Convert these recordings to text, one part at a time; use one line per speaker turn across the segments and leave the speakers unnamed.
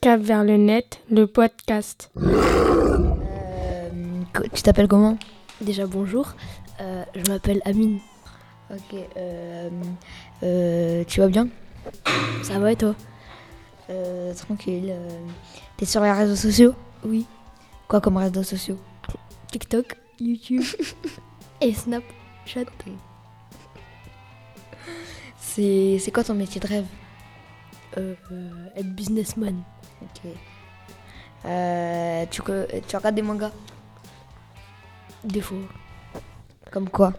Cap vers le net, le podcast.
Euh, Co- Tu t'appelles comment
Déjà bonjour, Euh, je m'appelle Amine.
Ok, euh, euh, tu vas bien
Ça va et toi
Euh, Tranquille. euh, T'es sur les réseaux sociaux
Oui.
Quoi comme réseaux sociaux
TikTok, YouTube et Snapchat.
C'est c'est quoi ton métier de rêve
Euh, euh, être businessman.
Ok. Euh, tu, co- tu regardes des mangas
Des fois,
Comme quoi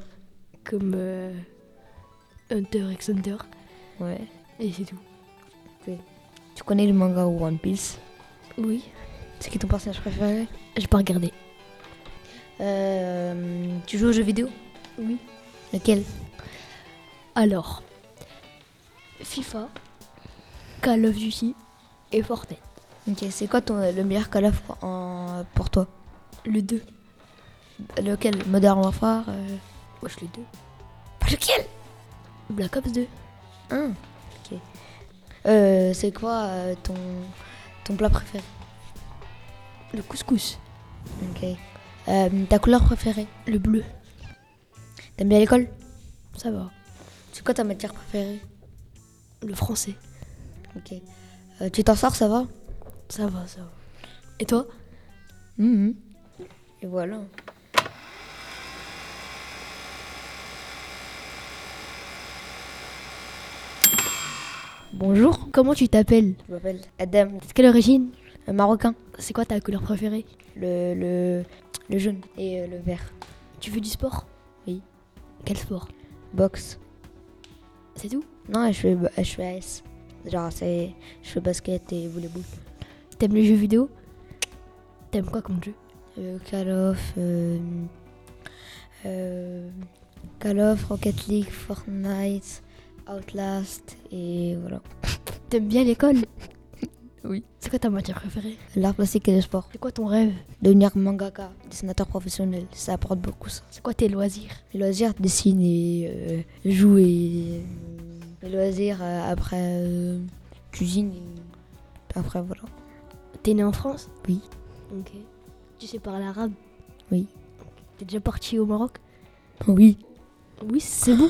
comme euh, Hunter x Hunter.
Ouais.
Et c'est tout.
Tu connais le manga One Piece
Oui.
C'est qui ton personnage préféré
J'ai pas regardé.
Euh, Tu joues aux jeux vidéo
Oui.
Lequel
Alors, FIFA, Call of Duty et Fortnite.
Ok, c'est quoi ton, le meilleur Call of en- pour toi
Le 2.
Lequel Modern Warfare euh,
Moi je le 2.
Pas lequel
Black Ops 2.
Hein Ok. Euh, c'est quoi euh, ton, ton plat préféré
Le couscous.
Ok. Euh, ta couleur préférée
Le bleu.
T'aimes bien l'école
Ça va.
C'est quoi ta matière préférée
Le français.
Ok. Euh, tu t'en sors, ça va
Ça va, ça va. Et toi
Mhm. Et voilà. Bonjour,
Comment tu t'appelles
je m'appelle Adam,
De quelle origine
un marocain.
C'est quoi ta couleur préférée
Le, le, le jaune et euh, le vert.
Tu fais du sport
Oui.
Quel sport
Boxe.
C'est tout
Non, je fais, ba- je fais AS. Genre, c'est, je fais basket et volleyball.
T'aimes les jeux vidéo T'aimes quoi comme jeu
Euh, Call of, euh, euh, Call of, Rocket League, Fortnite, Outlast et voilà.
T'aimes bien l'école
Oui.
C'est quoi ta matière préférée
L'art plastique et le sport.
C'est quoi ton rêve
Devenir mangaka, dessinateur professionnel, ça apporte beaucoup ça.
C'est quoi tes loisirs
Les loisirs, dessiner, euh, jouer. euh, Les loisirs, euh, après, euh, cuisine. et Après, voilà.
T'es né en France
Oui.
Ok. Tu sais parler arabe
Oui.
T'es déjà parti au Maroc
Oui.
Oui, c'est bon.